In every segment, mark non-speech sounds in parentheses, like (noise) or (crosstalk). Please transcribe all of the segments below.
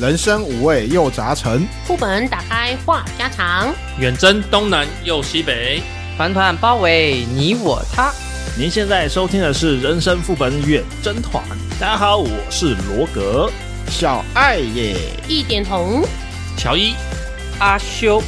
人生五味又杂陈。副本打开话家常，远征东南又西北，团团包围你我他。您现在收听的是《人生副本远征团》，大家好，我是罗格。小爱耶，一点红，乔伊，阿修，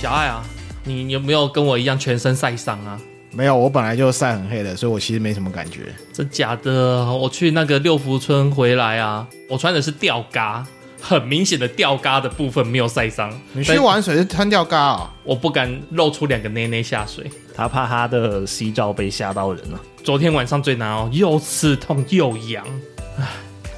小爱啊，你你有没有跟我一样全身晒伤啊？没有，我本来就晒很黑的，所以我其实没什么感觉。真假的？我去那个六福村回来啊，我穿的是吊嘎，很明显的吊嘎的部分没有晒伤。你去玩水是穿吊嘎啊、我不敢露出两个内内下水。他怕他的西照被吓到人啊了，昨天晚上最难哦，又刺痛又痒。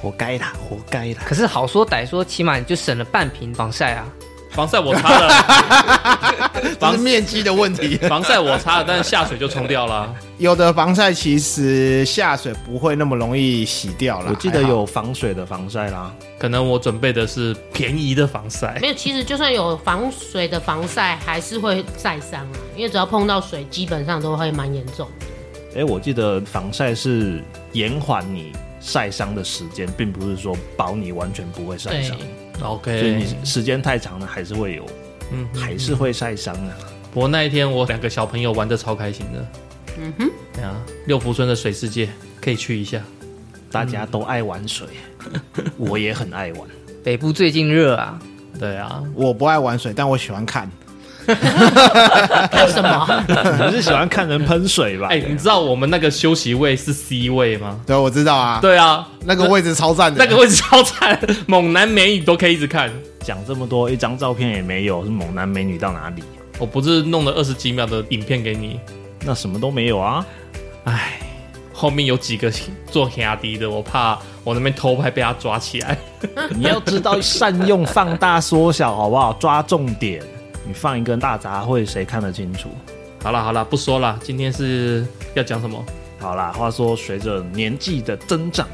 活该啦，活该啦。可是好说歹说，起码你就省了半瓶防晒啊。防晒我擦了，这是面积的问题。 (laughs) 防晒我擦了，但是下水就冲掉了啊。有的防晒其实下水不会那么容易洗掉啦。我记得还好有防水的防晒啦，可能我准备的是便宜的防哎晒。没有，其实就算有防水的防晒，还是会晒伤啊，因为只要碰到水，基本上都会蛮严重的。哎、我记得防晒是延缓你晒伤的时间，并不是说保你完全不会晒伤。所以 OK，你时间太长了，还是会有，嗯，还是会晒伤啊的。不过那一天我两个小朋友玩的超开心的。嗯哼，对啊，六福村的水世界可以去一下。大家都爱玩 (laughs) 水，我也很爱玩。北部最近热 (laughs) 啊，对啊，嗯我不爱玩水，但我喜欢看。看什么？ (laughs) 你是喜欢看人喷水吧？哎、啊你知道我们那个休息位是 C 位吗？对，我知道啊，对啊，那个位置超赞啊的。那个位置超惨，猛男美女都可以一直看。讲这么多，一张照片也没有，是猛男美女到哪里？我不是弄了二十几秒的影片给你，那什么都没有啊！哎，后面有几个做黑迪的，我怕我那边偷拍被他抓起来。你要知道善用放大缩小，好不好？抓重点。你放一个大杂烩，谁看得清楚？好啦好啦，不说啦，今天是要讲什么？好啦，话说随着年纪的增长，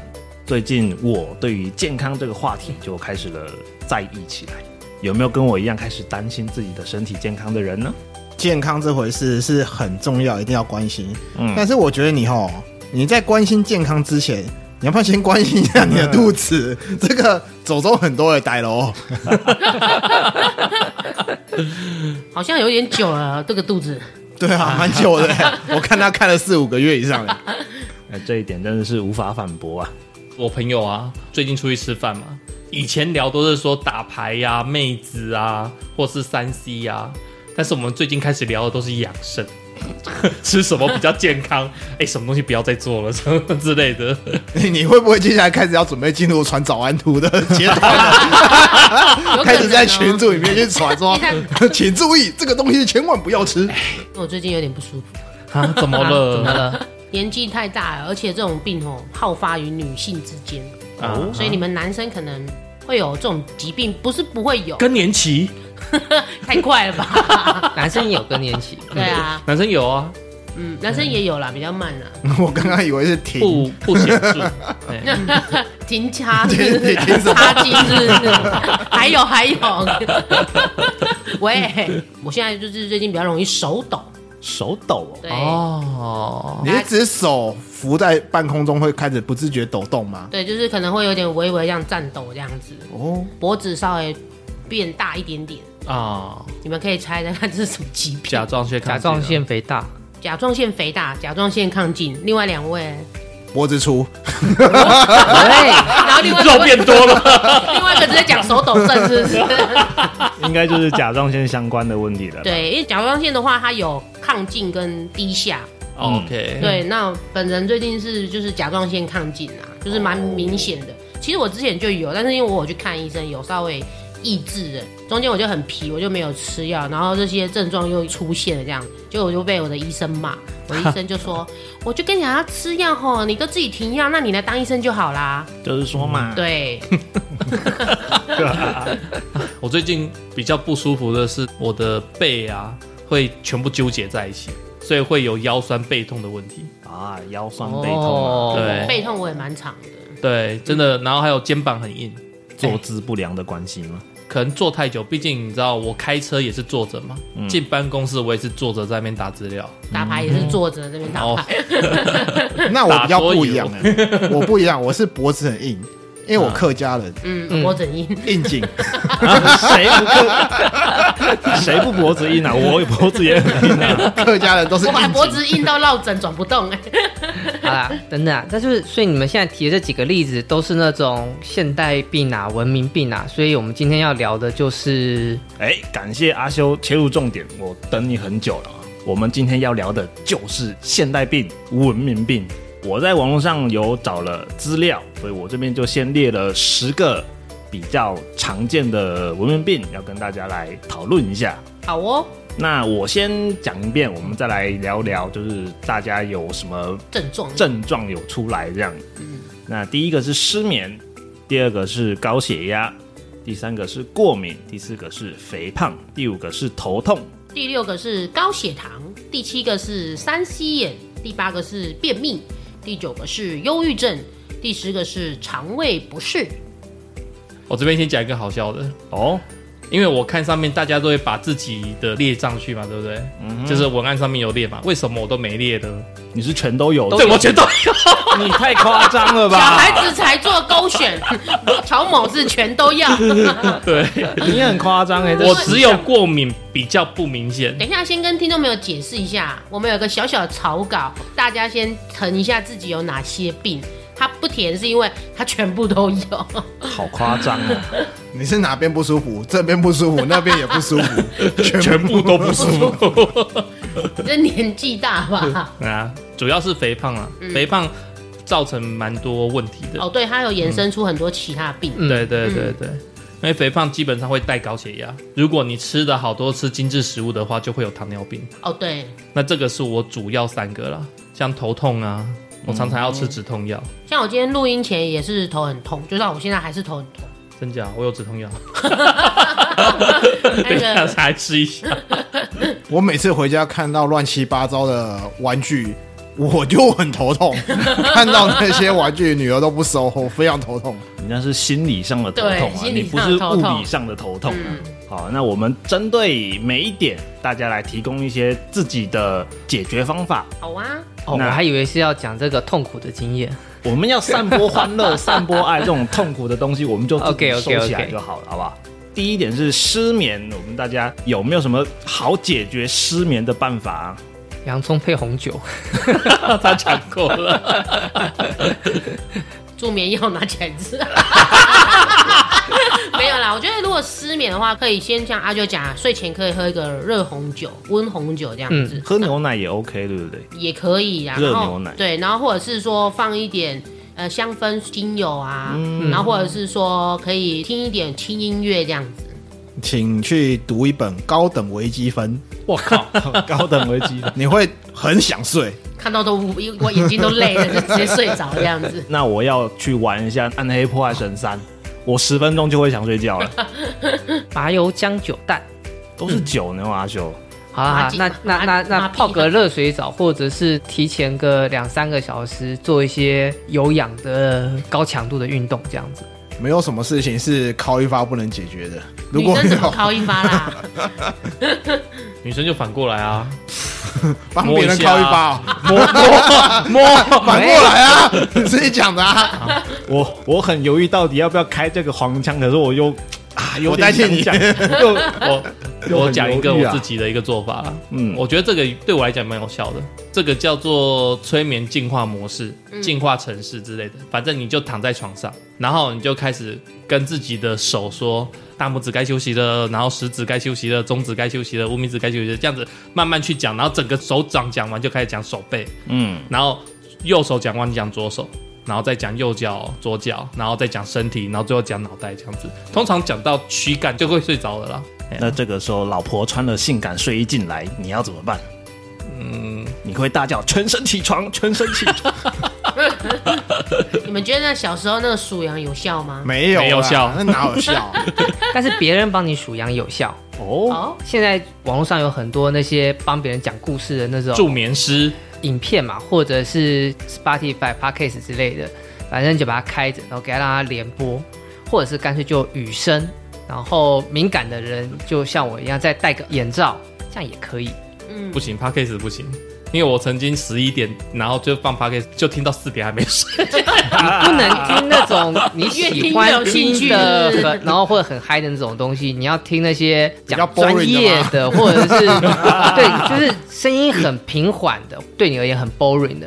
最近我对于健康这个话题就开始了在意起来。有没有跟我一样开始担心自己的身体健康的人呢？健康这回事是很重要，一定要关心。嗯但是我觉得你吼，你在关心健康之前，你要不要先关心一下你的肚子？ (laughs) 这个走中很多的呆喽。好像有点久了，这个肚子。对啊，蛮久的欸，我看他看了四五个月以上了。那哎这一点真的是无法反驳啊！我朋友啊，最近出去吃饭嘛，以前聊都是说打牌呀、妹子啊，或是三 C 呀、但是我们最近开始聊的都是养生， (laughs) 吃什么比较健康，哎、什么东西不要再做了，什 (laughs) 么之类的。你会不会接下来开始要准备进入传早安图的阶段 (laughs) 了？有可能哦开始在群组里面去传说， (laughs) 请注意这个东西千万不要吃。我最近有点不舒服， (laughs) 啊，怎么了？怎么？了？年纪太大了，而且这种病哦，好发于女性之间，啊，所以你们男生可能会有这种疾病，不是不会有，更年期，太快了 (laughs) 吧？男生也有更年 (laughs) 期，对啊，男生有啊，嗯，男生也有啦，比较慢啦，我刚刚以为是停不不显 (laughs) 著。哎停插停 (laughs) 停停什么插进是不 (laughs) 是？还有还有，喂，我现在就是最近比较容易手抖，手抖、哦，对、哦，你是指手浮在半空中会开始不自觉抖动吗？对，就是可能会有点微微这样颤抖这样子，哦，脖子稍微变大一点点。啊，你们可以猜猜看这是什么疾 (laughs) 病？甲状腺，甲状，腺啊肥大，甲状腺肥大、甲状腺亢进，另外两位，脖子粗，对， (laughs) 然后另外一肉位，变多了。另外一个直接讲手抖症，是不是？应该就是甲状腺相关的问题了。，对，因为甲状腺的话，它有亢进跟低下。哦 OK，，嗯对，那本人最近是就是甲状腺亢进啊，就是蛮明显的。其实我之前就有，但是因为我有去看医生，有稍微抑制了，中间我就很皮，我就没有吃药，然后这些症状又出现了，这样，结果我就被我的医生骂，我医生就说，我就跟你讲要吃药吼，你都自己停药，那你来当医生就好啦。就是说嗯嘛，对，我最近比较不舒服的是我的背啊，会全部纠结在一起，所以会有腰酸背痛的问题。啊，腰酸背痛、啊，哦哦对背痛我也蛮长的，对，真的，然后还有肩膀很硬，坐姿不良的关系吗？可能坐太久，毕竟你知道我开车也是坐着嘛，进办公室我也是坐着在那边打资料，打牌也是坐着这边打然后牌， (laughs) 那我比较不一样欸我不一样，我是脖子很硬，因因为我客家人，嗯，嗯我整音，应景，谁不客 (laughs) 谁不脖子硬啊？我脖子也很硬啊。客家人都是我把应脖景。子硬到落枕转不动哎、好啦，等等啊，但就是所以你们现在提的这几个例子都是那种现代病啊、文明病啊，所以我们今天要聊的就是哎，感谢阿修切入重点，我等你很久了。我们今天要聊的就是现代病、文明病。我在网络上有找了资料，所以我这边就先列了十个比较常见的文明病，要跟大家来讨论一下。好哦，那我先讲一遍，我们再来聊聊，就是大家有什么症状症状有出来这样。嗯那第一个是失眠，第二个是高血压，第三个是过敏，第四个是肥胖，第五个是头痛。第六个是高血糖，第七个是三 C 眼，第八个是便秘，第九个是忧郁症，第十个是肠胃不适。我这边先讲一个好笑的，哦，因为我看上面大家都会把自己的列上去嘛，对不对？就是文案上面有列嘛，为什么我都没列呢？你是全都有？对，我全都有。你太夸张了小吧？孩子才做勾选， (laughs) 乔某是全都要。 (laughs) 对， (laughs) 你很夸张哎！这我只有过敏比较不明显。等一下，先跟听众朋友解释一下，我们有个小小的草稿，大家先填一下自己有哪些病。他不填是因为他全部都有， (laughs) 好夸张啊！你是哪边不舒服？这边不舒服，那边也不舒服，全全部都不舒服。你这年纪大吧？ (laughs) 啊，主要是肥胖啊，肥胖造成蛮多问题的。哦，对，他有延伸出很多其他病。对对对对，因为肥胖基本上会带高血压，如果你吃的好多吃精致食物的话，就会有糖尿病。哦，对，那这个是我主要三个啦，像头痛啊，我常常要吃止痛药。像我今天录音前也是头很痛，就算我现在还是头很痛。真假？我有止痛 (laughs) 药，那等一下个才吃一下。 (laughs) 我每次回家看到乱七八糟的玩具，我就很头痛。 (laughs) 看到那些玩具，女儿都不收，我非常头痛。你那是心理上的头对痛啊，心你理不上的是头物痛理上的头痛啊嗯。好，那我们针对每一点，大家来提供一些自己的解决方法。好啊，哦，我那还以为是要讲这个痛苦的经验。我们要散播 (laughs) 欢乐、散播爱这种痛苦的东西，我们就自己 OK，OK，OK 收起来就好了，好不好？第一点是失眠，我们大家有没有什么好解决失眠的办法啊？洋葱配红酒，他讲过了，助眠药拿起来吃。 (laughs) 没有啦，我觉得如果失眠的话，可以先像阿九讲啊，睡前可以喝一个热红酒、温红酒这样子。喝牛奶也 OK，对不对？也可以啊，热然后牛奶对，然后或者是说放一点呃香氛精油啊，然后或者是说可以听一点轻音乐这样子。请去读一本《高等微积分我靠，高等危 (laughs) 机。》，你会很想睡。看到都无我眼睛都累了，就直接睡着这样子。那我要去玩一下《暗黑破坏神三》，我十分钟就会想睡觉 (laughs) 了。麻油姜酒蛋。都是酒呢，阿修。好啦，好麻啦吉那那麻那麻那痹泡个热水澡，或者是提前个两三个小时做一些有氧的高强度的运动，这样子。没有什么事情是靠一发不能解决的。如女果生怎么有靠一发啦？女生就反过来 (laughs) 啊，帮别人靠一发、哦，摸摸摸，反过来啊，你自己讲的啊。我我很犹豫到底要不要开这个黄腔，可是我又啊，有我点担心你想讲，又我又很我讲一个犹豫我啊自己的一个做法啦。嗯我觉得这个对我来讲蛮有效的，这个叫做催眠进化模式、进化程式之类的。反正你就躺在床上，然后你就开始跟自己的手说。大拇指该休息了，然后食指该休息了，中指该休息了，无名指该休息了，这样子慢慢去讲，然后整个手掌讲完就开始讲手背，嗯，然后右手讲完讲左手，然后再讲右脚、左脚，然后再讲身体，然后最后讲脑袋这样子。通常讲到躯干就会睡着了啦。那这个时候老婆穿了性感睡衣进来，你要怎么办？嗯，你会大叫全身起床，全身起 (laughs) 床。你们觉得小时候那个数羊有效吗？没有啦啊没有效那哪有效？但是别人帮你数羊有效。嗯哦，哦，现在网络上有很多那些帮别人讲故事的那种助眠师影片嘛，或者是 Spotify、Podcast 之类的，反正就把它开着，然后给它让它连播，或者是干脆就雨声，然后敏感的人就像我一样再戴个眼罩，这样也可以。嗯不行 p a c k a g e 不行，因为我曾经十一点，然后就放 p a c k a g e 就听到四点还没睡，不能听那种你越喜欢听的听越有兴趣很，然后或者很嗨的那种东西，你要听那些较讲 boring 专业的，或者 (laughs) 是对，就是声音很平缓的，对你而言很 boring 的。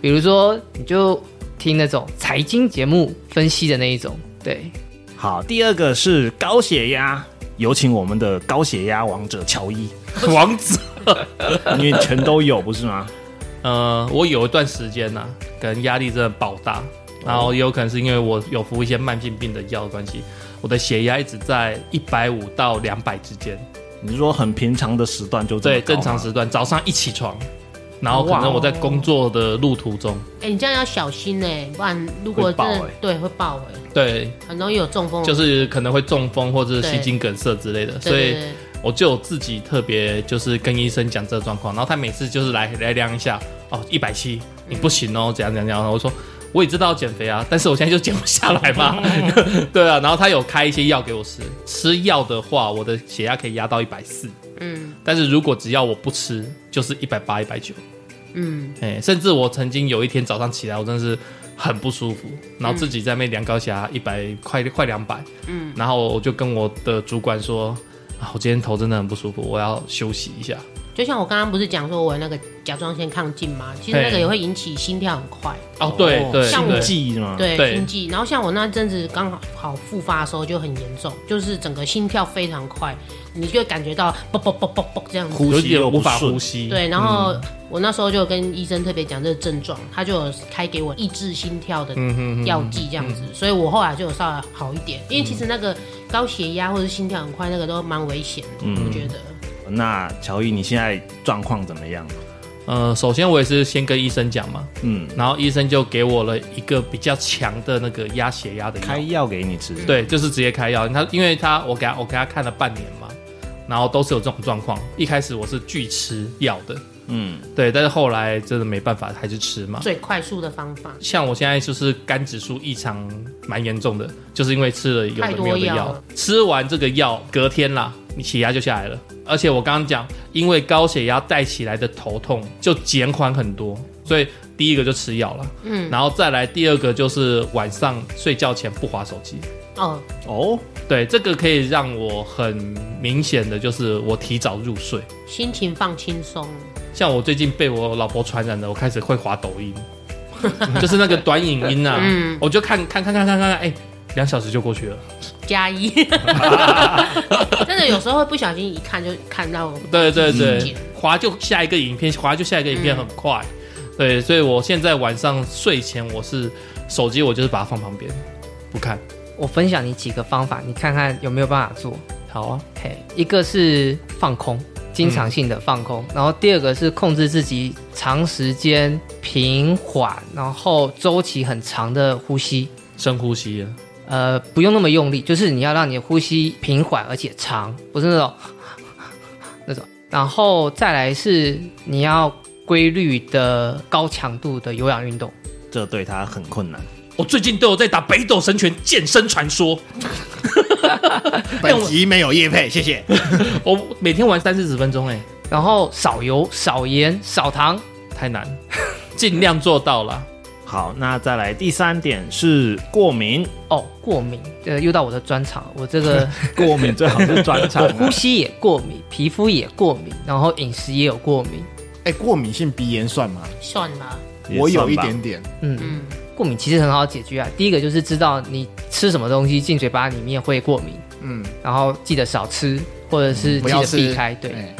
比如说，你就听那种财经节目分析的那一种，对，好，第二个是高血压，有请我们的高血压王者乔伊，王子。因为全都有，不是吗？ (laughs) 呃，我有一段时间呐、可能压力真的爆大，然后也有可能是因为我有服一些慢性病的药的关系，我的血压一直在一百五到两百之间。你是说很平常的时段就这对，么高正吗常时段早上一起床，然后可能我在工作的路途中，哎，你这样要小心哎，不然如果会爆真的欸对会爆哎，对，很容易有中风。就是可能会中风或者是哦对心肌梗塞之类的，对所对以对我就有自己特别就是跟医生讲这个状况，然后他每次就是来来量一下，哦，一百七，你不行哦，怎样怎样怎样，然后我说。我也知道要减肥啊，但是我现在就减不下来嘛。 (laughs) 对啊，然后他有开一些药给我吃，吃药的话，我的血压可以压到一百四，嗯但是如果只要我不吃，就是一百八、一百九。嗯，哎、甚至我曾经有一天早上起来，我真的是很不舒服，然后自己在那边量高血压一百快快两百，嗯，然后我就跟我的主管说。啊，我今天头真的很不舒服，我要休息一下。就像我刚刚不是讲说我有那个甲状腺亢进吗？其实那个嘿也会引起心跳很快，哦，对哦对像禁我对，忌是吗？，对对心悸。然后像我那阵子刚好好复发的时候就很严重，就是整个心跳非常快，你就会感觉到啵啵啵啵啵这样子。呼有吸又点无不法顺呼，吸。对，然后我那时候就跟医生特别讲这个症状，他就有开给我抑制心跳的药剂这样子，所以我后来就有稍微好一点。因为其实那个高血压或者心跳很快，那个都蛮危险的，我觉得。那乔伊，你现在状况怎么样？呃，首先我也是先跟医生讲嘛，嗯，然后医生就给我了一个比较强的那个压血压的药开药给你吃，，对，就是直接开药。他因为他我给他我给他看了半年嘛，然后都是有这种状况。一开始我是拒吃药的，嗯，对，但是后来真的没办法，还是吃嘛。最快速的方法，像我现在就是肝指数异常蛮严重的，就是因为吃了有太的多没有的药药了，吃完这个药隔天啦，你血压就下来了。而且我刚刚讲，因为高血压带起来的头痛就减缓很多，所以第一个就吃药了，嗯，然后再来第二个就是晚上睡觉前不划手机。哦，哦，对，这个可以让我很明显的就是我提早入睡。心情放轻松，像我最近被我老婆传染了，我开始会滑抖音， (laughs) 就是那个短影音 (laughs) 啊，嗯我就看看看看看看，哎、两小时就过去了。加一，真的有时候会不小心一看就看到对对对嗯，滑就下一个影片，滑就下一个影片很快。嗯对，所以我现在晚上睡前我是手机，我就是把它放旁边不看。我分享你几个方法，你看看有没有办法做。好啊，嘿，一个是放空，经常性的放嗯空，然后第二个是控制自己长时间平缓，然后周期很长的呼吸。深呼吸啊，呃，不用那么用力，就是你要让你的呼吸平缓而且长，不是那种那种。 (laughs) 然后再来是你要规律的高强度的有氧运动。这对他很困难。我最近都有在打北斗神拳健身传说。本集没有叶配，谢谢。我每天玩三四十分钟、哎，然后少油、少盐、少糖，太难，尽量做到啦。好，那再来第三点是过敏，哦，过敏，呃，又到我的专场，我这 (laughs) 个过敏最好是专啊场、我 (laughs) 呼吸也过敏， (laughs) 皮肤也过敏，然后饮食也有过敏，哎，过敏性鼻炎算吗？算了，也我有一算吧点点，嗯，嗯，过敏其实很好解决啊。第一个就是知道你吃什么东西进嘴巴里面会过敏，嗯，然后记得少吃，或者是不记要得吃避开，对。哎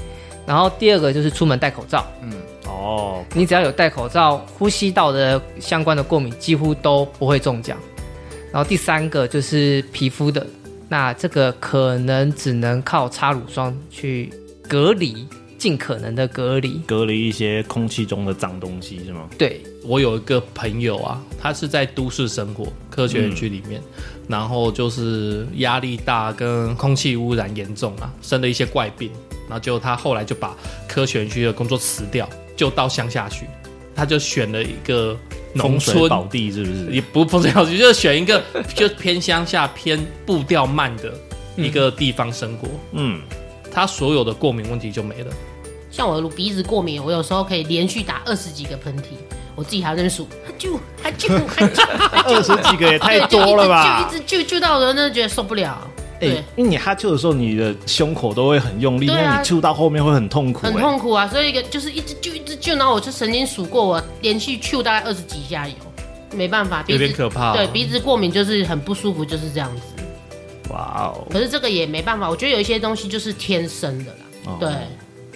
然后第二个就是出门戴口罩，哦，你只要有戴口罩，呼吸道的相关的过敏几乎都不会中奖。然后第三个就是皮肤的，那这个可能只能靠擦乳霜去隔离，尽可能的隔离。隔离一些空气中的脏东西是吗？对，我有一个朋友啊，他是在都市生活科学园区里面，嗯然后就是压力大跟空气污染严重啊，生了一些怪病，然后就他后来就把科学园区的工作辞掉，就到乡下去，他就选了一个农风水村。宝地是不是？也不不是要去，就是选一个 (laughs) 就是偏乡下、偏步调慢的一个地方生活，嗯，他所有的过敏问题就没了。像我的鼻子过敏，我有时候可以连续打二十几个喷嚏，我自己还在那边数，哈啾哈啾哈啾，二十几个也太对就多了吧一？直啾一直啾啾到我真的觉得受不了，哎、对，因为你哈啾的时候，你的胸口都会很用力，对啊那你啾到后面会很痛苦、很哎痛苦啊。所以一个就是一直啾一直啾，然后我就曾经数过，我连续啾大概二十几下有，没办法，鼻有子点可怕哦对，鼻子过敏就是很不舒服，就是这样子。哇哦，可是这个也没办法，我觉得有一些东西就是天生的啦。哦对，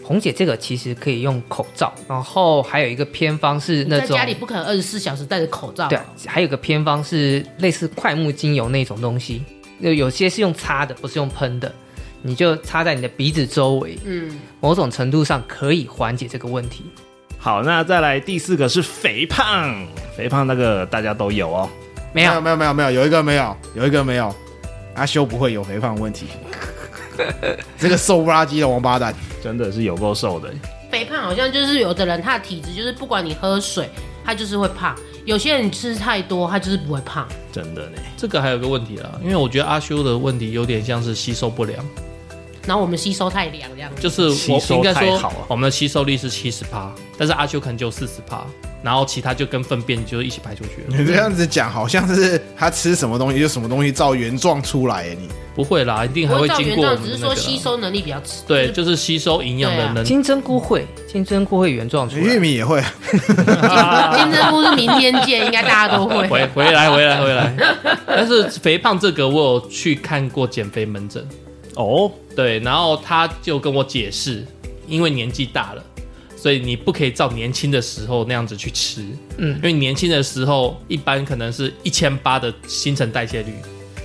红姐这个其实可以用口罩，然后还有一个偏方是那在种家里不可能二十四小时戴着口罩。对，还有一个偏方是类似快木精油那种东西，有有些是用擦的，不是用喷的，你就擦在你的鼻子周围，嗯，某种程度上可以缓解这个问题。好，那再来第四个是肥胖，肥胖那个大家都有哦。没有，没有没有没有，有一个没有，有一个没有，阿修不会有肥胖问题。 (laughs) 这个瘦不拉几的王八蛋，真的是有够瘦的，肥胖好像就是有的人他的体质就是不管你喝水，他就是会胖；有些人你吃太多，他就是不会胖。真的呢。这个还有个问题啊啦，因为我觉得阿修的问题有点像是吸收不良，然后我们吸收太凉这样子。就是吸我收应该太说好了我们的吸收率是七十趴，但是阿修可能只有四十趴，然后其他就跟粪便就一起排出去了。你这样子讲好像是他吃什么东西就什么东西照原状出来耶，你不会啦，一定还不会会照经原过我状，们只的是那说个吸啦。收能力比较差。对，就是就是吸收营养对的啊能力。金针菇会，金针菇会原状出玉来。米也会 (laughs) 啊，啊金针菇是明天见，应该大家都会。回回来回来回来， (laughs) 但是肥胖这个我有去看过减肥门诊，哦，对，然后他就跟我解释，因为年纪大了，所以你不可以照年轻的时候那样子去吃，嗯嗯，因为年轻的时候一般可能是一千八的新陈代谢率，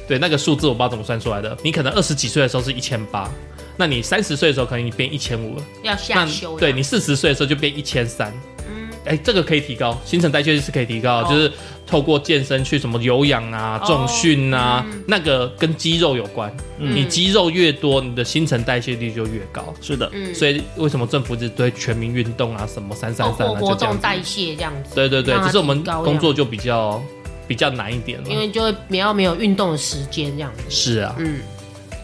对，那个数字我不知道怎么算出来的，你可能二十几岁的时候是一千八，那你三十岁的时候可能你变一千五了，要下那修。对你四十岁的时候就变一千三。嗯哎、这个可以提高，新陈代谢是可以提高的，哦就是透过健身去什么有氧啊、重训啊，嗯那个跟肌肉有关。嗯你肌肉越多，你的新陈代谢率就越高。是的，嗯，所以为什么政府一直对全民运动啊、什么三三透三过啊，哦活就这动样子。代谢这样子。对对对让，它只是我们提高工作就比较比较难一点了。因为就会比较没有运动的时间这样子。是啊，嗯，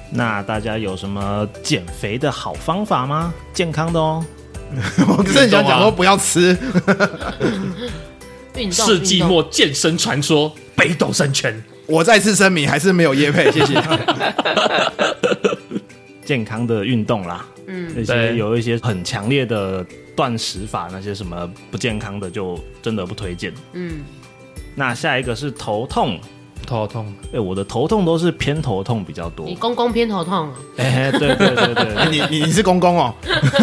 那大家有什么减肥的好方法吗？健康的哦。我正想讲说不要吃，运动。世纪运动末健身传说北斗神拳，我再次声明还是没有叶配，谢谢。健康的运动啦，嗯，那些对有一些很强烈的断食法，那些什么不健康的就真的不推荐。嗯，那下一个是头痛，头痛。啊哎、我的头痛都是偏头痛比较多你。公公偏头痛 (laughs) 啊，哎、对对对对，你你你是公公哦，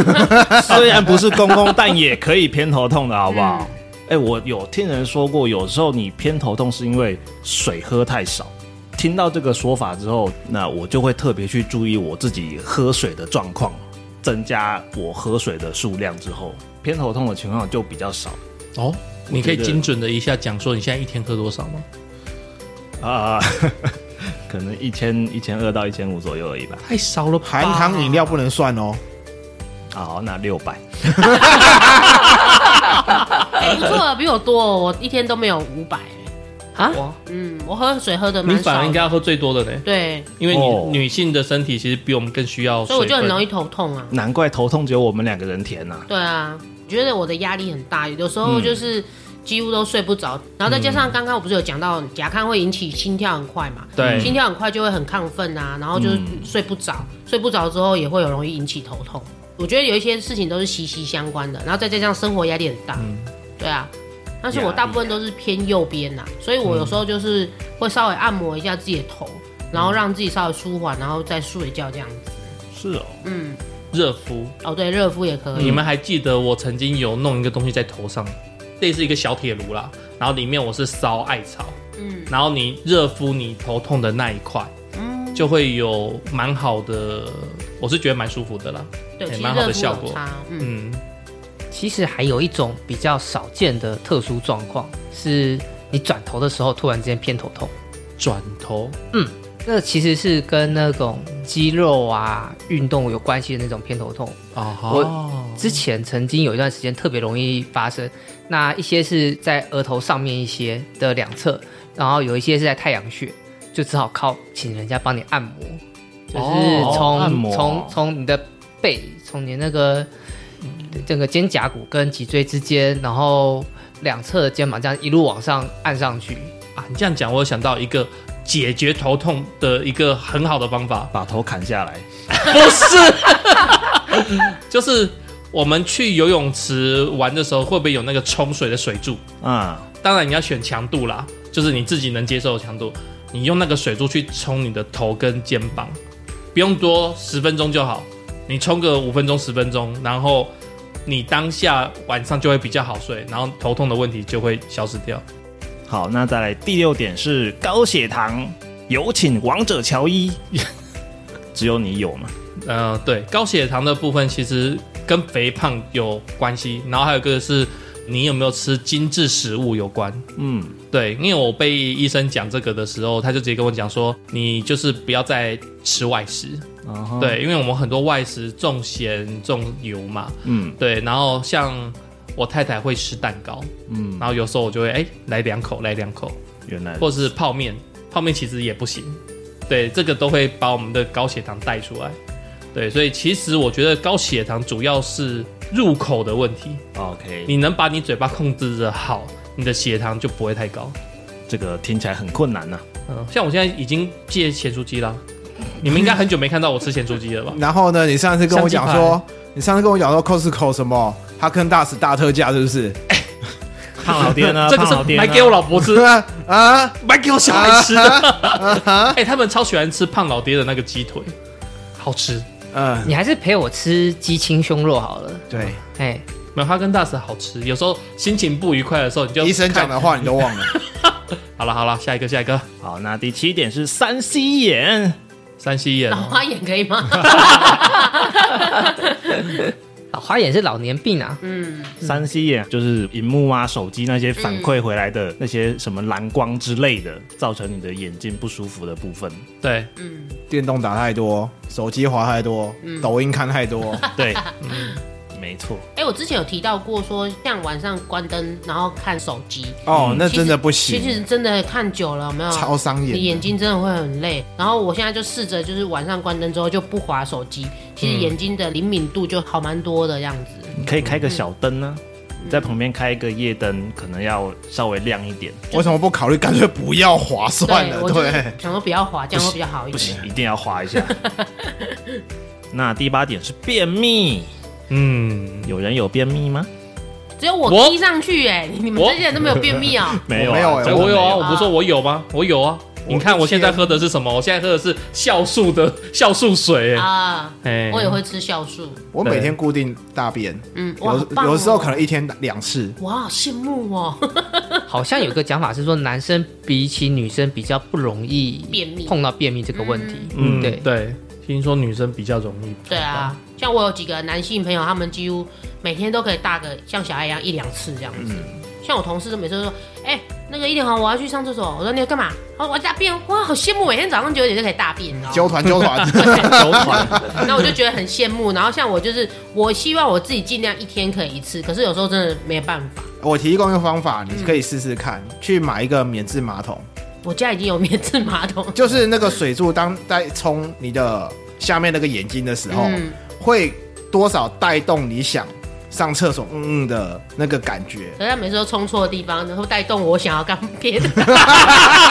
(laughs) 虽然不是公公，但也可以偏头痛的好不好？哎、我有听人说过，有时候你偏头痛是因为水喝太少。听到这个说法之后，那我就会特别去注意我自己喝水的状况，增加我喝水的数量之后，偏头痛的情况就比较少哦，你可以我觉得精准的一下讲说你现在一天喝多少吗？啊、 (laughs) 可能一千一千二到一千五左右而已吧。太少了吧，含糖饮料不能算哦。？好，那六百，哎不错啊，比我多哦，我一天都没有五百。啊，嗯，我喝水喝的你蛮反少而的，应该要喝最多的呢。对，因为女、哦女性的身体其实比我们更需要所水分，以我就很容易头痛啊。难怪头痛只有我们两个人填呐、对啊，觉得我的压力很大，有时候就是几乎都睡不着，然后再加上刚刚我不是有讲到甲亢会引起心跳很快嘛，对心跳很快就会很亢奋啊，然后就是睡不着，睡不着之后也会有容易引起头痛。我觉得有一些事情都是息息相关的，然后再加上生活压力很大，对啊。但是我大部分都是偏右边呐、所以我有时候就是会稍微按摩一下自己的头，然后让自己稍微舒缓，然后再睡觉这样子。是哦，嗯，热敷。哦对，热敷也可你以。们还记得我曾经有弄一个东西在头上，类似一个小铁炉啦，然后里面我是烧艾草，嗯然后你热敷你头痛的那一块，嗯，就会有蛮好的，我是觉得蛮舒服的啦。对，哎其实蛮好的热敷效有果差。嗯，嗯，其实还有一种比较少见的特殊状况，是你转头的时候突然之间偏头痛。转头那其实是跟那种肌肉啊运动有关系的那种偏头痛。啊哈，之前曾经有一段时间特别容易发生，那一些是在额头上面一些的两侧，然后有一些是在太阳穴，就只好靠请人家帮你按摩，就是哦从、按摩从从你的背，从你那个对整个肩胛骨跟脊椎之间，然后两侧的肩膀这样一路往上按上去。啊，你这样讲，我有想到一个解决头痛的一个很好的方法， (laughs) 把头砍下来，不是，就是 (laughs) 我们去游泳池玩的时候，会不会有那个冲水的水柱？啊、当然你要选强度啦，就是你自己能接受的强度。你用那个水柱去冲你的头跟肩膀，不用多，十分钟就好。你冲个五分钟、十分钟，然后你当下晚上就会比较好睡，然后头痛的问题就会消失掉。好，那再来第六点是高血糖，有请王者乔伊。 (laughs) 只有你有吗？呃，对，高血糖的部分其实跟肥胖有关系，然后还有一个是你有没有吃精致食物有关。嗯，对，因为我被医生讲这个的时候，他就直接跟我讲说，你就是不要再吃外食。啊哈，对，因为我们很多外食重咸重油嘛。嗯对，然后像我太太会吃蛋糕，嗯，哎然后有时候我就会哎来两口，来两口，原来或是泡面，泡面其实也不行。对，这个都会把我们的高血糖带出来。对，所以其实我觉得高血糖主要是入口的问题， OK，你能把你嘴巴控制的好，你的血糖就不会太高。这个听起来很困难呐、啊 (laughs) 嗯，像我现在已经戒咸酥鸡啦，你们应该很久没看到我吃咸酥鸡了吧 (laughs) 然后呢，你上次跟我讲说，你上次跟我讲说 Costco 什么哈根达斯大特价是不是？胖老爹呢？ (laughs) 这个胖老是爹呢买给我老婆 (laughs) 吃，啊啊！买给我小孩吃的。哎，他们超喜欢吃胖老爹的那个鸡腿，好吃。嗯，你还是陪我吃鸡青胸肉好了。对，哎，没有哈根达斯好吃，有时候心情不愉快的时候，你就医生看讲的话你都忘 (laughs) 了。好了好了，下一个下一个， (laughs) 好，那第七点是三 C 眼，山西眼哦老花眼可以吗？老花眼是老年病啊，嗯，三 C 眼就是荧幕啊、手机那些反馈回来的那些什么蓝光之类的，造成你的眼睛不舒服的部分。对，嗯电动打太多，手机滑太多，抖音看太 (laughs) 多， (laughs) 对，嗯没错，哎、我之前有提到过说像晚上关灯然后看手机，哦，那其实真的不行，嗯其实真的看久了，有没有？超伤眼的。你眼睛真的会很累，然后我现在就试着就是晚上关灯之后就不划手机，其实眼睛的灵敏度就好蛮多的样子。你可以开个小灯呢、你在旁边开一个夜灯，可能要稍微亮一点，为什么不考虑干脆不要划算了？我就是对，想说不要划，这样会比较好一不点。行，一定要划一 (laughs) 下。那第八点是便秘，嗯，有人有便秘吗？只有我我踢上去哎、你们我这些人都没有便秘啊、没有、啊，没有欸真的我有啊，没我不是说我有吗？我有啊，你看我现在喝的是什么？我现在喝的是酵素的 (laughs) 酵素水、哎 (laughs) 啊！哎，我也会吃酵素，我每天固定大便，嗯，哇，好有棒哦有时候可能一天两次。哇，好羡慕哦，好像有一个讲法是说，男生比起女生比较不容易便秘碰到便秘这个问题。嗯，嗯，对对，对，听说女生比较容易，对啊，像我有几个男性朋友，他们几乎每天都可以大个像小孩一样一两次这样子。像我同事都每次都说：“哎、那个一点好，我要去上厕所。”我说：“你要干嘛？”他说：“我要大便。”哇，好羡慕，每天早上九点就可以大便，你知道纠吗？团纠团， (laughs) 有团，那我就觉得很羡慕。然后像我就是，我希望我自己尽量一天可以一次，可是有时候真的没有办法。我提供一个方法，嗯你可以试试看，去买一个免治马桶，我家已经有免治马桶，就是那个水柱当在冲你的下面那个眼睛的时候，嗯会多少带动你想上厕所嗯嗯的那个感觉。可是他每次都冲错地方，然后带动我想要干别的。开玩笑，空姐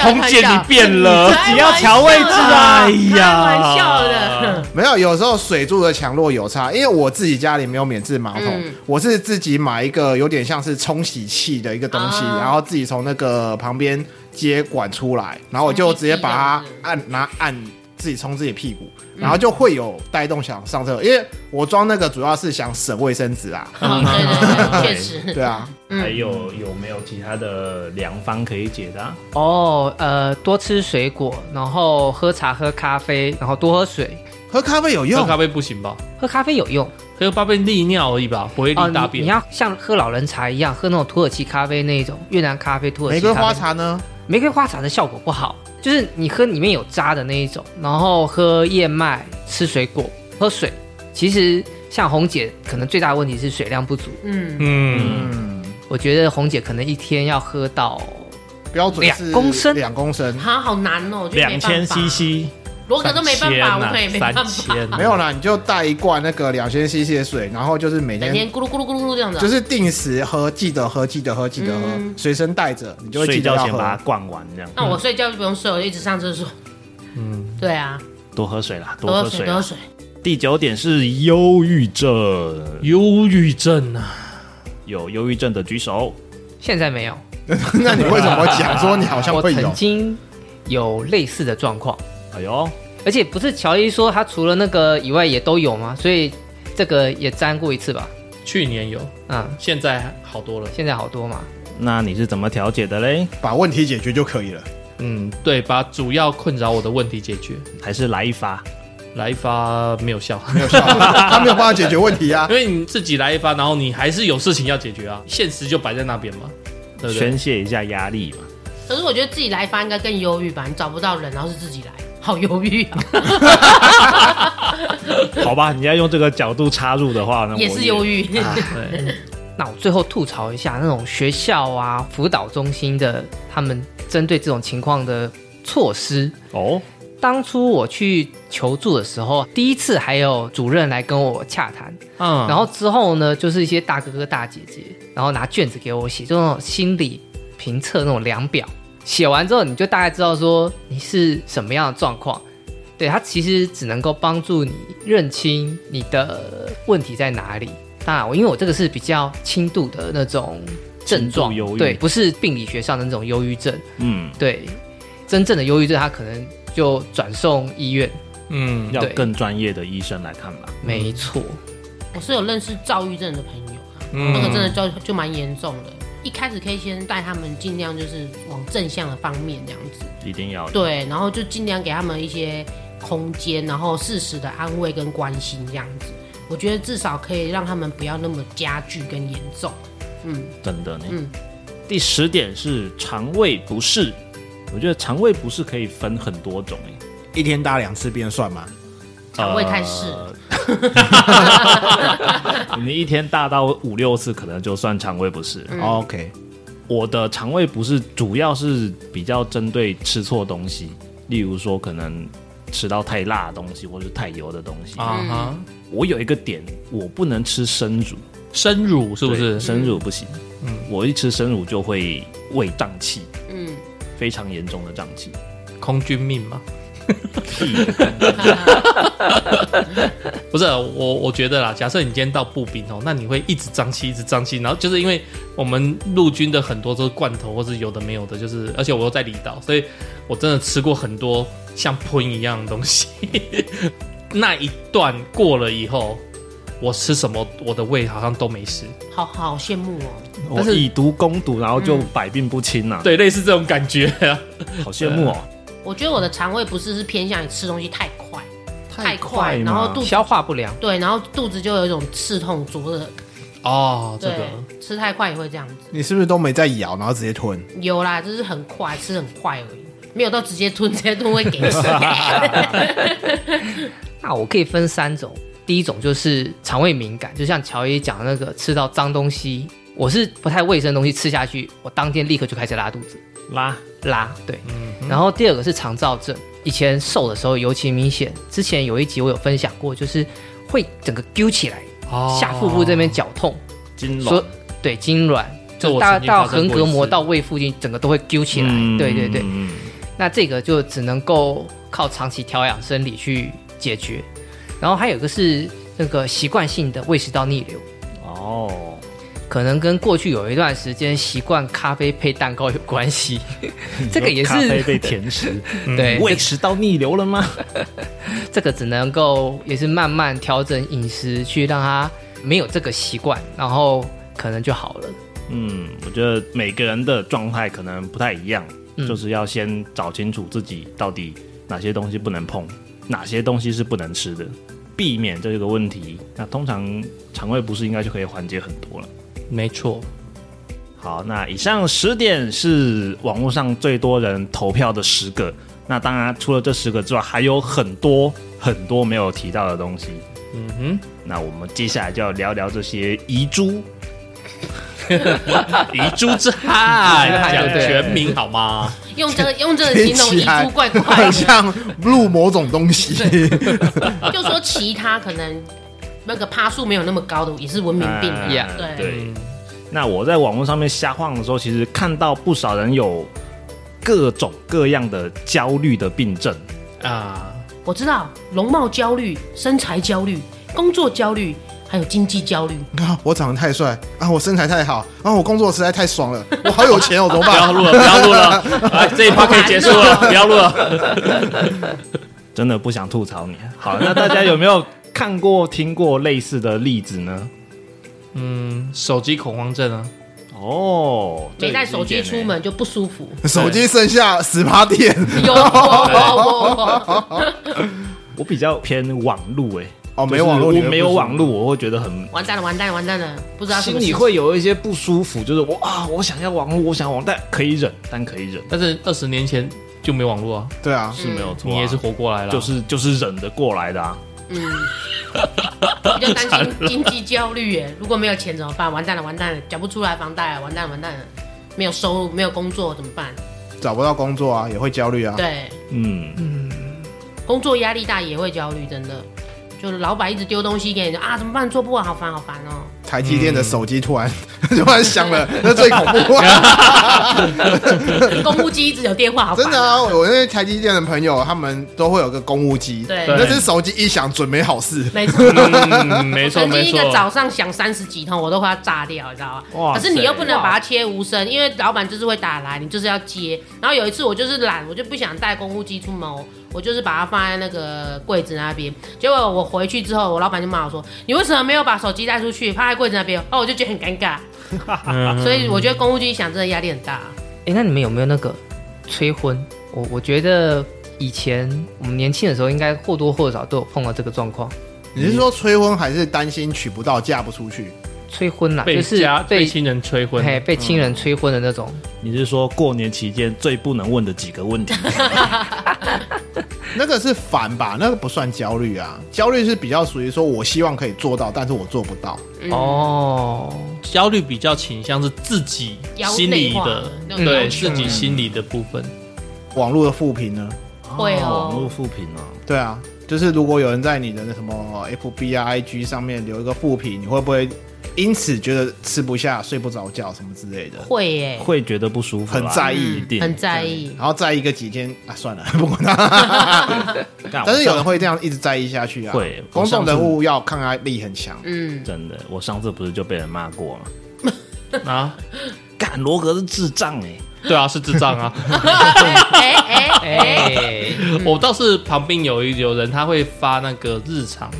开玩你笑变了，只要调位置啊！哎呀，开玩笑的，没有，有时候水柱的强弱有差，因为我自己家里没有免治马桶，嗯我是自己买一个有点像是冲洗器的一个东西，啊然后自己从那个旁边接管出来，然后我就直接把它冲洗器按拿按自己冲自己屁股，嗯然后就会有带动想上厕所，因为我装那个主要是想省卫生纸啊，哎嗯对对对，确实，对啊，还有有没有其他的良方可以解答？ (laughs) 哦，呃，多吃水果，然后喝茶、喝咖啡，然后多喝水。喝咖啡有喝用，咖啡不行吧？喝咖啡有用喝咖啡利尿而已吧，不会利哦，大你你便。要像喝老人茶一样，喝那种土耳其咖啡那一种，越南咖啡、土耳玫其瑰咖啡花茶呢？玫瑰花茶的效果不好，就是你喝里面有渣的那一种，然后喝燕麦、吃水果、喝水。其实像红姐可能最大的问题是水量不足，嗯，嗯，我觉得红姐可能一天要喝到标准是两公升两公升，好好难哦，就没两办法千啊 CC，罗格都没办法，我可能也没办三法，千啊没有啦，你就带一罐那个两千 CC 的水，然后就是每每天天咕噜咕噜咕噜咕噜这样子啊，就是定时喝，记得喝，记得喝，记得喝，随身带着，你就会睡记得觉要前把喝它。灌完，这样那我睡觉就不用睡，我就一直上厕所。嗯，对啊，多喝水啦，多喝喝水，水啊多喝啦。水。第九点是忧郁症，忧郁症啊，有忧郁症的举手。现在没有， (laughs) 那你为什么讲说你好像 (laughs) 我会曾有？经有类似的状况，哎呦，而且不是乔伊说他除了那个以外也都有吗？所以这个也沾过一次吧？去年有，嗯，现在好多了。现在好多嘛。那你是怎么调解的嘞？把问题解决就可以了。嗯，对，把主要困扰我的问题解决。还是来一发？来一发没有效，没有效，他没有办法解决问题 (laughs) 啊因。为你自己来一发，然后你还是有事情要解决啊，现实就摆在那边嘛，对不对？宣泄一下压力嘛。 (laughs) 可是我觉得自己来发应该更忧郁吧？你找不到人，然后是自己来，好忧郁啊，好吧，你要用这个角度插入的话呢，也是忧郁。郁。对，那我最后吐槽一下那种学校啊、辅导中心的他们针对这种情况的措施。哦，当初我去求助的时候，第一次还有主任来跟我洽谈，嗯，然后之后呢，就是一些大哥哥大姐姐，然后拿卷子给我写，就那种心理评测那种量表。写完之后，你就大概知道说你是什么样的状况。对，它其实只能够帮助你认清你的问题在哪里。当然，我因为我这个是比较轻度的那种症状轻度忧，郁对，不是病理学上的那种忧郁症。嗯，对，真正的忧郁症，它可能就转送医院。嗯，要对更专业的医生来看吧。没错，我是有认识躁郁症的朋友啊，嗯那个真的就就蛮严重的。一开始可以先带他们尽量就是往正向的方面这样子，一定要的。对，然后就尽量给他们一些空间，然后适时的安慰跟关心这样子。我觉得至少可以让他们不要那么加剧跟严重。嗯，真的呢。嗯第十点是肠胃不适，我觉得肠胃不适可以分很多种欸诶。一天打两次便算吗？肠胃太湿呃你一天大到五六次，可能就算肠胃不适。啊嗯 OK，我的肠胃不适主要是比较针对吃错东西，例如说可能吃到太辣的东西，或是太油的东西。啊哈，我有一个点，我不能吃生乳，生乳是不对是？生乳不行。嗯，我一吃生乳就会胃胀气，嗯，非常严重的胀气。空军命嘛？ (laughs) 不是我，我觉得啦，假设你今天到步兵哦，那你会一直胀气，一直胀气，然后就是因为我们陆军的很多都是罐头，或是有的没有的，就是而且我又在离岛，所以我真的吃过很多像喷一样的东西。 (laughs) 那一段过了以后，我吃什么，我的胃好像都没事，好好羡慕哦。我以毒攻毒，然后就百病不侵呐、啊对，类似这种感觉啊。好羡慕哦。我觉得我的肠胃不是是偏向于吃东西太快，太快，快吗然后肚子消化不良。对，然后肚子就有一种刺痛灼热。哦，这对，个吃太快也会这样子。你是不是都没在咬，然后直接吞？有啦，就是很快，吃很快而已，没有到直接吞，直 (laughs) 接吞会给 (laughs) 死。那我可以分三种，第一种就是肠胃敏感，就像乔伊讲的那个吃到脏东西，我是不太卫生的东西吃下去，我当天立刻就开始拉肚子，拉拉对。嗯然后第二个是肠燥症，以前瘦的时候尤其明显，之前有一集我有分享过，就是会整个揪起来，哦下腹部这边绞痛，金说龙，对痉挛，这就我大曾经到发生横过膈一膜次到胃附近整个都会揪起来，对对对。嗯嗯那这个就只能够靠长期调养生理去解决。然后还有一个是那个习惯性的胃食道逆流，哦，可能跟过去有一段时间习惯咖啡配蛋糕有关系。这个也咖啡是被 (laughs) 甜食，对，胃食道逆流了吗？这个只能够也是慢慢调整饮食，去让它没有这个习惯，然后可能就好了。嗯，我觉得每个人的状态可能不太一样，嗯就是要先找清楚自己到底哪些东西不能碰，哪些东西是不能吃的，避免这个问题。那通常肠胃不适应该就可以缓解很多了。没错，好，那以上十点是网络上最多人投票的十个。那当然，除了这十个之外，还有很多很多没有提到的东西。嗯那我们接下来就要聊聊这些遗珠。 (laughs) 哼，遗珠之憾，对哎讲对全名好吗？用这个用这个听形容起遗来珠怪怪 (laughs) 很 (laughs) 的，像录某种东西。就说其他可能那个趴数没有那么高的也是文明病啊， Yeah 对哎对。嗯那我在网络上面瞎晃的时候，其实看到不少人有各种各样的焦虑的病症，啊，我知道容貌焦虑、身材焦虑、工作焦虑，还有经济焦虑。啊，我长得太帅啊，我身材太好啊，我工作实在太爽了，我好有钱哦，怎么不要办？录了，不要录 (laughs) 了，哎，这一趴可以结束 (laughs) 了，不要录了。真的不想吐槽你。好，那大家有没有看过、听过类似的例子 (laughs) 呢？嗯，手机恐慌症啊，哦，没带手机出门就不舒服，手机剩下十八电有有有我比较偏网路哎、哦，就是没网络，我没有网络，，我会觉得很完蛋了，完蛋了，完蛋了，不知道什心么里事。会有一些不舒服，就是我啊，我想要网络，我想要网，但可以忍，但可以忍，但是二十年前就没网络啊，对啊，是没有错、你也是。活过来了， (laughs) 就是就是忍得过来的啊，嗯， (laughs) 比较担心经济焦虑耶，如果没有钱怎么办？完蛋了，完蛋了，缴不出来房贷了，完蛋了，完蛋了，没有收入，没有工作怎么办？找不到工作啊，也会焦虑啊。对，嗯，工作压力大也会焦虑，真的。就是老板一直丢东西给你，啊，怎么办？做不完，好烦，好烦 (laughs) 哦。台积电的手机突然 (laughs) 突然响了，那最恐怖啊！ (laughs) 公务机一直有电话，好烦哦真的啊，我我那些台积电的朋友，他们都会有个公务机，对那只手机一响，准没好事。没错。嗯，没错 (laughs) 曾经没一错个，早上响三十几通，我都快要炸掉，你知道吗？哇可塞是你又不能把它切无声，因为老板就是会打来，你就是要接。然后有一次我就是懒，我就不想带公务机出门，我就是把它放在那个柜子那边。结果我回去之后，我老板就骂我说：“你为什么没有把手机带出去，放在柜子那边？”哦，我就觉得很尴 (laughs) 尬。所以我觉得公务机响真的压力很大。哎、那你们有没有那个催婚？我我觉得以前我们年轻的时候，应该或多或少都有碰到这个状况，你是说催婚，还是担心娶不到嫁不出去？催婚啦，被就是家被被亲人催婚，嘿被亲人嗯催婚的那种。你是说过年期间最不能问的几个问题？那个是烦吧？那个不算焦虑啊，焦虑是比较属于说我希望可以做到，但是我做不到。嗯，哦，焦虑比较倾向是自己心腰内里的，化那种对感觉自己心里的部分。 (laughs) 网络的负评呢？ (laughs) 会哦网络复评哦，对啊，就是如果有人在你的那什么 FB 啊、IG 上面留一个负评，你会不会因此觉得吃不下、睡不着觉什么之类的？会耶，会觉得不舒服啦，很在意一嗯定很在意。然后在意个几天啊，算了， (laughs) 不管他。干但是有人我上会这样一直在意下去啊。会公众我上次人物要抗压力很强。嗯， (laughs) 真的，我上次不是就被人骂过吗？啊，干罗格是智障哎、对啊，是智障啊！哎哎哎，哎，嗯我倒是旁边有一有人，他会发那个日常，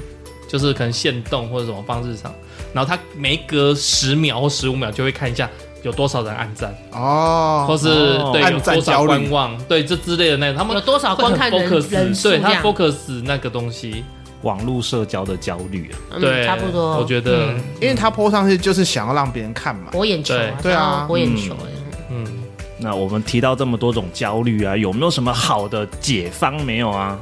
就是可能限动或者什么放日常，然后他每隔十秒或十五秒就会看一下有多少人按嗯赞，或哦，是、哦对有按赞多焦少虑观望，对这之类的那种，他们有多少会观很看人人 focus，数对这他样？ focus 那个东西，网络社交的焦虑啊，嗯对，差不多。我觉得，因为他 p 上去就是想要让别人看嘛。博眼球啊，对对啊想要博眼球。哎嗯，那我们提到这么多种焦虑啊，有没有什么好的解方没有啊？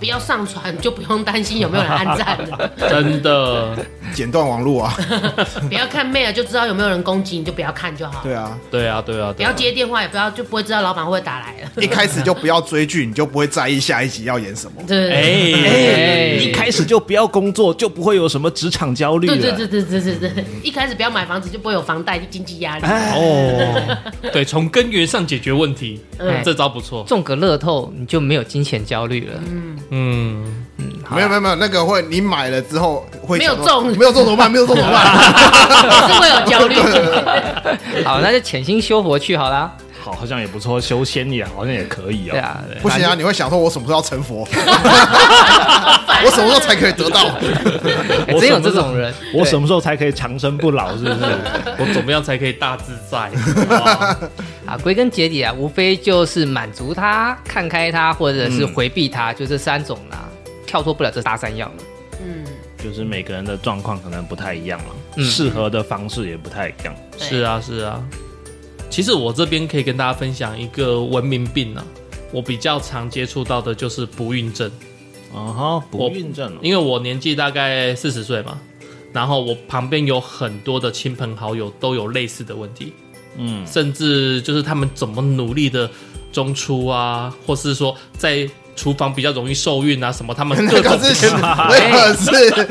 不要上传，就不用担心有没有人按赞了。真的，嗯剪断网络 (laughs) 啊，不要看 mail 就知道有没有人攻击，你就不要看就好。对啊，对啊，对啊，不对要啊，接电话，也不要就不会知道老板会不会打来了。一开始就不要追剧，你就不会在意下一集要演什么。对哎、对哎一开始就不要工作，就不会有什么职场焦虑了。啊对对对对对对对，一开始不要买房子，就不会有房贷经济压力。哦，对，从根源上解决问题，嗯这招不错。 (laughs) 中个乐透你就没有金钱焦虑了。嗯，没有没有没有，那个会你买了之后会没有想说中没有中怎么办？没有中怎么 (laughs) 办？还是会有焦虑。 (laughs) 好，那就潜心修佛去好啦。好，好像也不错，修仙也好像也可以哦。对啊，不行啊，你会想说我什么时候要成佛？我什么时候才可以得到？ (laughs) 哎我真有什么这时候种人。我对什么时候才可以长生不老？是不是？我怎么样才可以大自在？啊，归根结底啊，无非就是满足他、看开他，或者是嗯回避他，就这三种啦、跳脱不了这大三样了。嗯，就是每个人的状况可能不太一样嘛，嗯适合的方式也不太一样。对是，啊，是啊。其实我这边可以跟大家分享一个文明病啊，我比较常接触到的就是不孕症，啊哈，不我孕症哦因为我年纪大概四十岁嘛，然后我旁边有很多的亲朋好友都有类似的问题，嗯，甚至就是他们怎么努力的中出啊，或是说在厨房比较容易受孕啊什么，(laughs) 他们各哎那种个是那个是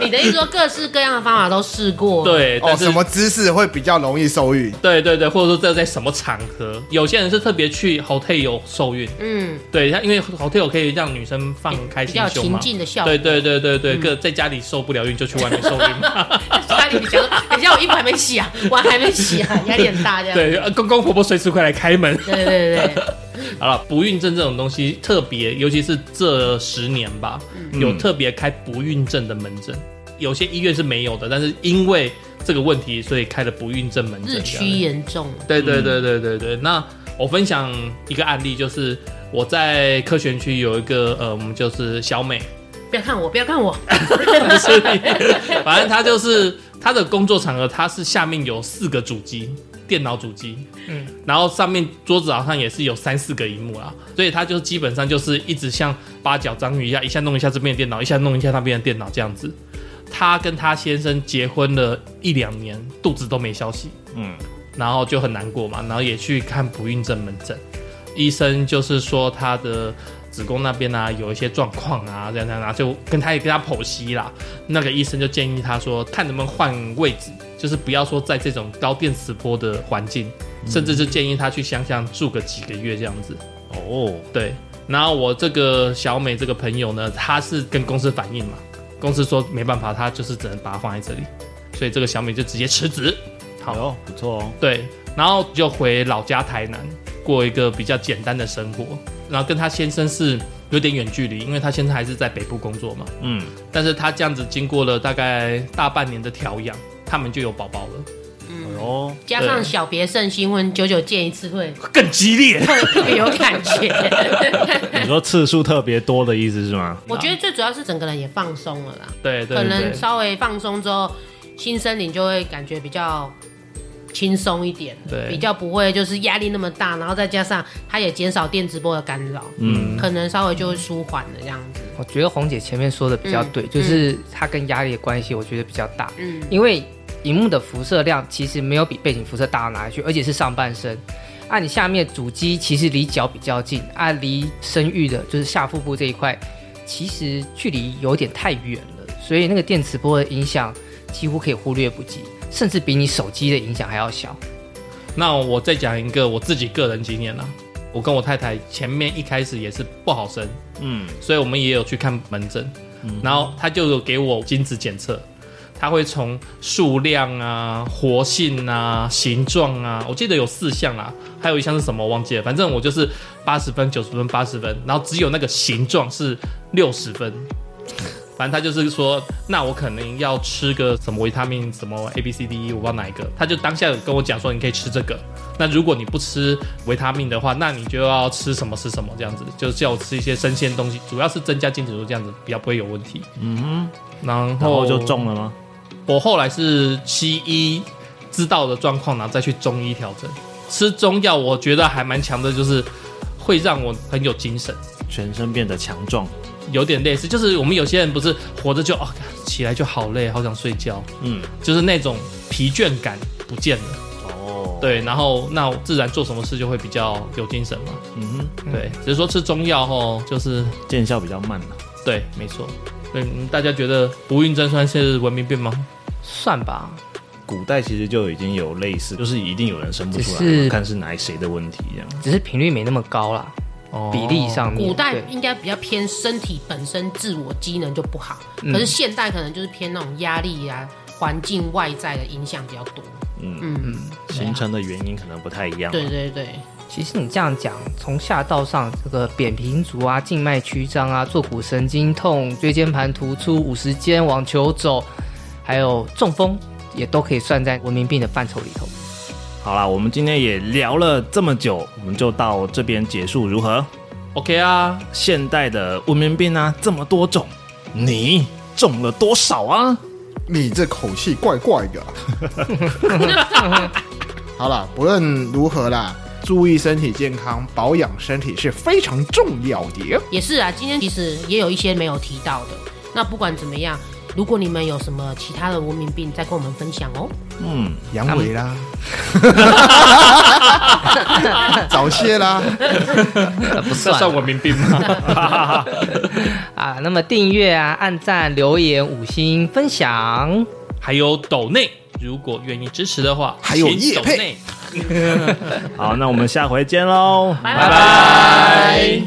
你的意思说各式各样的方法都试过？，对，哦但是、什么姿势会比较容易受孕？对对对，或者说这在什么场合，有些人是特别去 hotel 受孕，嗯，对，他因为 hotel 可以让女生放开比心较有胸嘛情。境的效果对。对对对对，各在家里受不了孕就去外面受孕嘛。家里想说，等一下我衣服还没洗啊，碗还没洗啊，压力很大这样。对，呃公公婆婆随时快来开门。对对对，好了，不孕症这种东西特别，尤其是这十年吧，有特别开不孕症的门诊，有些医院是没有的，但是因为这个问题，所以开了不孕症门诊。日趋严重。对对对对对对。那我分享一个案例，就是我在科学园区有一个呃，我们就是小美，不要看我，不要看我。不是你， (laughs) 反正她就是她的工作场合，她是下面有四个主机。电脑主机，嗯嗯，然后上面桌子好像也是有三四个荧幕啦，所以她就基本上就是一直像八角章鱼一样，一下弄一下这边的电脑，一下弄一下那边的电脑这样子。她跟她先生结婚了一两年，肚子都没消息，嗯，然后就很难过嘛，然后也去看不孕症门诊，医生就是说她的子宫那边啊有一些状况啊，这样这样，然后就跟她也跟她剖析啦。那个医生就建议她说，看能不能换位置，就是不要说在这种高电磁波的环境，甚至就建议她去乡下住个几个月这样子。哦，对，然后我这个小美这个朋友呢，她是跟公司反映嘛，公司说没办法，她就是只能把它放在这里，所以这个小美就直接辞职。好哎呦，不错哦，对，然后就回老家台南过一个比较简单的生活，然后跟她先生是有点远距离，因为她先生还是在北部工作嘛，嗯，但是她这样子经过了大概大半年的调养，他们就有宝宝了，哎呦，加上小别胜新婚，久久见一次会， (laughs) 更激烈。特特别有感觉。 (laughs) 你说次数特别多的意思是吗？我觉得最主要是整个人也放松了啦，对对可对能，稍微放松之后，新森林就会感觉比较轻松一点，对比较不会就是压力那么大，然后再加上它也减少电直播的干扰，嗯，可能稍微就会舒缓了这样子，我觉得红姐前面说的比较对，嗯就是它跟压力的关系，我觉得比较大，嗯，因为荧幕的辐射量其实没有比背景辐射大到哪里去，而且是上半身。啊，你下面主肌其实离脚比较近，啊，离生育的就是下腹部这一块，其实距离有点太远了，所以那个电磁波的影响几乎可以忽略不计，甚至比你手机的影响还要小。那我再讲一个我自己个人经验啦。我跟我太太前面一开始也是不好生，嗯，所以我们也有去看门诊，然后他就有给我精子检测，他会从数量啊、活性啊、形状啊，我记得有四项啦，还有一项是什么我忘记了，反正我就是八十分、九十分、八十分，然后只有那个形状是六十分。反正他就是说，那我可能要吃个什么维他命，什么 A B C D E，我不知道哪一个。他就当下有跟我讲说，你可以吃这个。那如果你不吃维他命的话，那你就要吃什么吃什么这样子，就是叫我吃一些生鲜东西，主要是增加精子数这样子，比较不会有问题。嗯，然然后后就。中了吗？我后来是西医知道的状况，然后再去中医调整。吃中药，我觉得还蛮强的，就是会让我很有精神。全身变得强壮，有点类似，就是我们有些人不是活着就哦起来就好累，好想睡觉，嗯，就是那种疲倦感不见了。哦，，对，然后那我自然做什么事就会比较有精神嘛。嗯哼，对，只是说吃中药后就是见效比较慢啊了，对，没错。嗯，大家觉得不孕症算是文明病吗？算吧，古代其实就已经有类似，就是一定有人生不出来只嘛，是看是哪谁的问题这样。只是频率没那么高啦，哦比例上面。古代对应该比较偏身体本身自我机能就不好，可是现代可能就是偏那种压力啊、环境外在的影响比较多。嗯啊形成的原因可能不太一样。啊对，对对，其实你这样讲，从下到上，这个扁平足啊、静脉曲张啊、坐骨神经痛、椎间盘突出、五十肩、网球肘，还有中风，也都可以算在文明病的范畴里头。好啦，我们今天也聊了这么久，我们就到这边结束，如何？ ，OK (laughs) 啊，现代的文明病啊，这么多种，你中了多少啊？你这口气怪怪 (laughs) 的、啊。好了，不论如何啦，注意身体健康，保养身体是非常重要的。也是啊，今天其实也有一些没有提到的。那不管怎么样，如果你们有什么其他的文明病，再跟我们分享哦。嗯，阳痿 (laughs) 啦，早泄啦，不啊那算算文明病吗？啊。那么订阅啊、按赞、留言、五星分享，还有抖内，如果愿意支持的话，还有请业抖配内好，那我们下回见喽，拜拜。